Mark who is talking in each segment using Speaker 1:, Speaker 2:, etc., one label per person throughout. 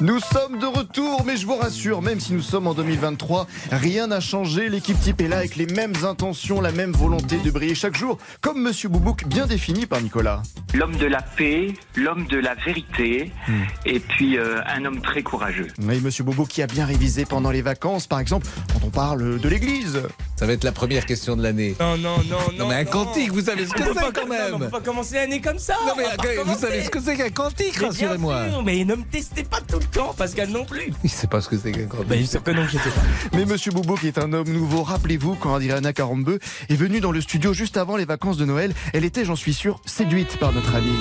Speaker 1: Nous sommes de retour, mais je vous rassure, même si nous sommes en 2023, rien n'a changé. L'équipe type est là avec les mêmes intentions, la même volonté de briller chaque jour, comme Monsieur Boubouk, bien défini par Nicolas.
Speaker 2: L'homme de la paix, l'homme de la vérité,
Speaker 3: Hmm.
Speaker 2: et puis euh, un homme très courageux.
Speaker 1: Oui, Monsieur Boubouk qui a bien révisé pendant les vacances, par exemple, quand on parle de l'église.
Speaker 4: Ça va être la première question de l'année.
Speaker 5: Non, non, non, non.
Speaker 4: Non, mais un cantique, vous savez ce que
Speaker 5: On peut pas
Speaker 4: c'est quand
Speaker 5: comme ça, On peut
Speaker 4: même
Speaker 5: pas commencer l'année comme ça.
Speaker 4: Non,
Speaker 5: on
Speaker 4: mais
Speaker 5: va pas
Speaker 4: attendez, vous
Speaker 5: commencer.
Speaker 4: savez ce que c'est qu'un cantique,
Speaker 5: Mais bien
Speaker 4: rassurez-moi
Speaker 5: sûr, Mais ne me testez pas tout le temps, Pascal non plus.
Speaker 4: Il sait pas ce que c'est qu'un cantique.
Speaker 5: Bah, il sûr que non, j'étais pas.
Speaker 1: Mais Monsieur Boubouk est un homme nouveau. Rappelez-vous, quand Adriana Carambeu est venue dans le studio juste avant les vacances de Noël, elle était, j'en suis sûr, séduite par notre ami.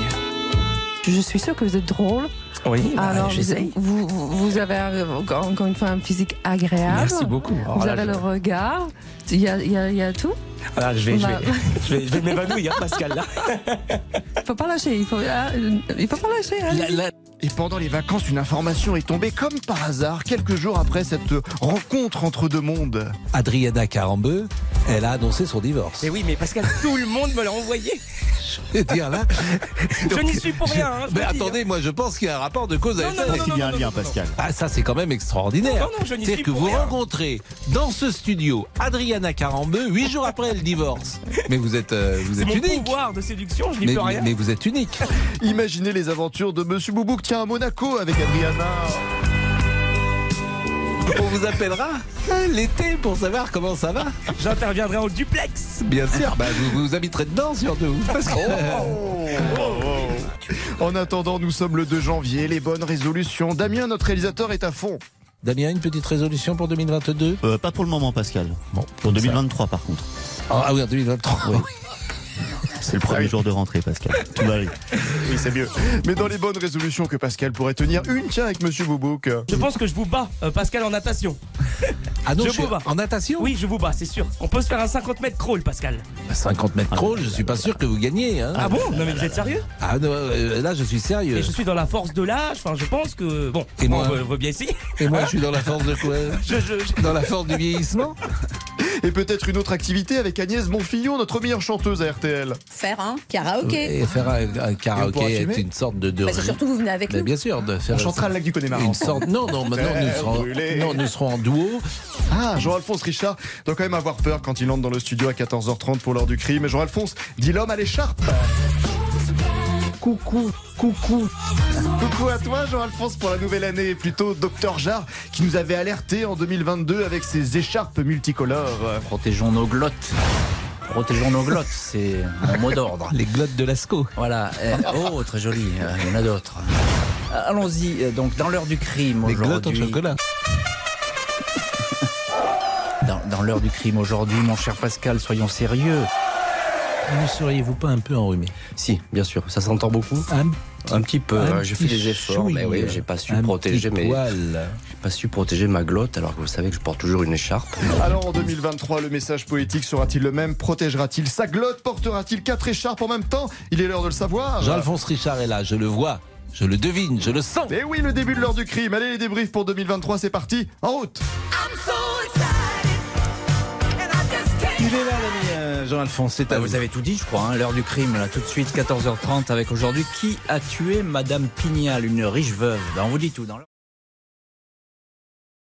Speaker 6: Je suis sûre que vous êtes drôle.
Speaker 5: Oui, bah,
Speaker 6: Alors,
Speaker 5: j'essaye.
Speaker 6: vous, vous, vous avez un- encore, encore une fois un physique agréable.
Speaker 5: Merci beaucoup.
Speaker 6: Vous
Speaker 5: Oh là,
Speaker 6: avez
Speaker 5: je-
Speaker 6: le regard. Il y a, il y a- il y a tout.
Speaker 5: Ah, je vais, je vais,
Speaker 6: Bah.
Speaker 5: je vais, je vais m'évanouir, hein, Pascal. Là.
Speaker 6: Il faut pas lâcher. Il faut, ah, euh, il faut pas lâcher. hein.
Speaker 4: La- la-
Speaker 1: Et pendant les vacances, une information est tombée comme par hasard quelques jours après cette rencontre entre deux mondes.
Speaker 4: Adriana Carambeu, elle a annoncé son divorce.
Speaker 5: Mais oui, mais Pascal, tout le monde me l'a envoyé.
Speaker 4: Et dire là,
Speaker 5: Je n'y suis pour rien. hein, je
Speaker 4: mais
Speaker 5: vous le dis,
Speaker 4: attendez, moi je pense qu'il y a un rapport de cause à
Speaker 5: Non,
Speaker 4: effet.
Speaker 5: non, non, non,
Speaker 7: Il y a un lien, Pascal.
Speaker 4: Ah, ça c'est quand même extraordinaire.
Speaker 5: Non, non, je n'y
Speaker 4: C'est-à-dire
Speaker 5: suis
Speaker 4: que
Speaker 5: pour
Speaker 4: vous
Speaker 5: rien.
Speaker 4: rencontrez dans ce studio Adriana Carambeu huit jours après le divorce. Mais vous êtes, euh, vous
Speaker 5: C'est
Speaker 4: êtes
Speaker 5: mon
Speaker 4: unique.
Speaker 5: pouvoir de séduction, je n'y
Speaker 4: Mais,
Speaker 5: peux rien.
Speaker 4: mais vous êtes unique.
Speaker 1: Imaginez les aventures de Monsieur Boubouk, tiens, à Monaco avec Adriana.
Speaker 4: On vous appellera hein, l'été pour savoir comment ça va.
Speaker 5: J'interviendrai en duplex.
Speaker 4: Bien sûr, bah, vous, vous habiterez dedans surtout. Parce que-
Speaker 1: En attendant, nous sommes le 2 janvier, les bonnes résolutions. Damien, notre réalisateur, est à fond.
Speaker 4: Damien, une petite résolution pour 2022
Speaker 7: Euh, pas pour le moment, Pascal.
Speaker 4: Bon,
Speaker 7: Pour 2023, par contre.
Speaker 4: Ah, ah oui, en 2023. oui.
Speaker 7: C'est le premier jour de rentrée, Pascal. Tout va aller.
Speaker 1: Oui, c'est mieux. Mais dans les bonnes résolutions que Pascal pourrait tenir, une tiens avec Monsieur Boubouk.
Speaker 5: Je pense que je vous bats, euh, Pascal, en natation.
Speaker 4: Ah non,
Speaker 5: Je
Speaker 4: je suis
Speaker 5: vous bats.
Speaker 4: en natation
Speaker 5: Oui, je vous bats, c'est sûr. On peut se faire un 50 mètres crawl, Pascal.
Speaker 4: Bah, 50 mètres crawl, je suis pas sûr que vous gagnez. hein.
Speaker 5: Ah bon Non, mais vous êtes sérieux
Speaker 4: Ah non, euh, là je suis sérieux.
Speaker 5: Et je suis dans la force de l'âge, enfin je pense que. Bon,
Speaker 4: Et moi
Speaker 5: on re- revient ici.
Speaker 4: Et moi je suis dans la force de quoi
Speaker 5: Je, je, je-
Speaker 4: Dans la force du vieillissement
Speaker 1: Et peut-être une autre activité avec Agnès Bonfillon, notre meilleure chanteuse à RTL.
Speaker 8: faire un karaoké.
Speaker 4: Euh, Et faire un, un
Speaker 1: Et on pourra
Speaker 4: karaoké
Speaker 1: filmer
Speaker 4: est une sorte de. de
Speaker 8: Bah, c'est surtout vous venez avec
Speaker 4: Bah,
Speaker 8: nous.
Speaker 4: bien sûr, de faire.
Speaker 1: On chantera le lac du Connemara.
Speaker 4: Une sorte.
Speaker 1: ensemble.
Speaker 4: Non, non, maintenant nous
Speaker 1: Terre
Speaker 4: serons,
Speaker 1: brûlée.
Speaker 4: non, nous serons en duo.
Speaker 1: Ah, Jean-Alphonse Richard doit quand même avoir peur quand il entre dans le studio à 14h30 pour l'heure du crime. Jean-Alphonse dit l'homme à l'écharpe.
Speaker 4: Coucou, coucou.
Speaker 1: Coucou à toi Jean-Alphonse pour la nouvelle année et plutôt Docteur Jarre qui nous avait alerté en 2022 avec ses écharpes multicolores.
Speaker 3: Protégeons nos glottes. Protégeons nos glottes, c'est mon mot d'ordre.
Speaker 4: Les glottes de Lascaux.
Speaker 3: Voilà. euh, oh, très joli. euh, Il y en a d'autres. Euh, Allons-y, euh, donc, dans l'heure du crime
Speaker 4: Les glottes en
Speaker 3: aujourd'hui.
Speaker 4: chocolat.
Speaker 3: Dans, dans l'heure du crime aujourd'hui, mon cher Pascal, soyons sérieux.
Speaker 4: Ne seriez-vous pas un peu enrhumé
Speaker 3: Si, bien sûr, ça s'entend beaucoup.
Speaker 4: Un
Speaker 3: Un petit peu,
Speaker 4: Un
Speaker 3: ouais, hein, j'ai fait
Speaker 4: petit
Speaker 3: des efforts,
Speaker 4: chouille,
Speaker 3: mais oui, j'ai pas su
Speaker 4: un
Speaker 3: protéger
Speaker 4: petit
Speaker 3: mes-
Speaker 4: poil.
Speaker 3: J'ai pas su protéger ma glotte, alors que vous savez que je porte toujours une écharpe.
Speaker 1: Alors en 2023, le message poétique sera-t-il le même Protégera-t-il sa glotte Portera-t-il quatre écharpes en même temps Il est l'heure de le savoir.
Speaker 4: Jean-Alphonse Richard est là, je le vois, je le devine, je le sens.
Speaker 1: Et Eh oui, le début de l'heure du crime. Allez, les débriefs pour 2023, c'est parti. En route
Speaker 4: Il est là, l'ami euh, Jean-Alphonse, c'est à
Speaker 3: Bah, vous avez tout dit, je crois. hein. L'heure du crime, là, tout de suite, 14h30 avec aujourd'hui. Qui a tué Madame Pignal, une riche veuve Bah, On vous dit tout dans l'heure.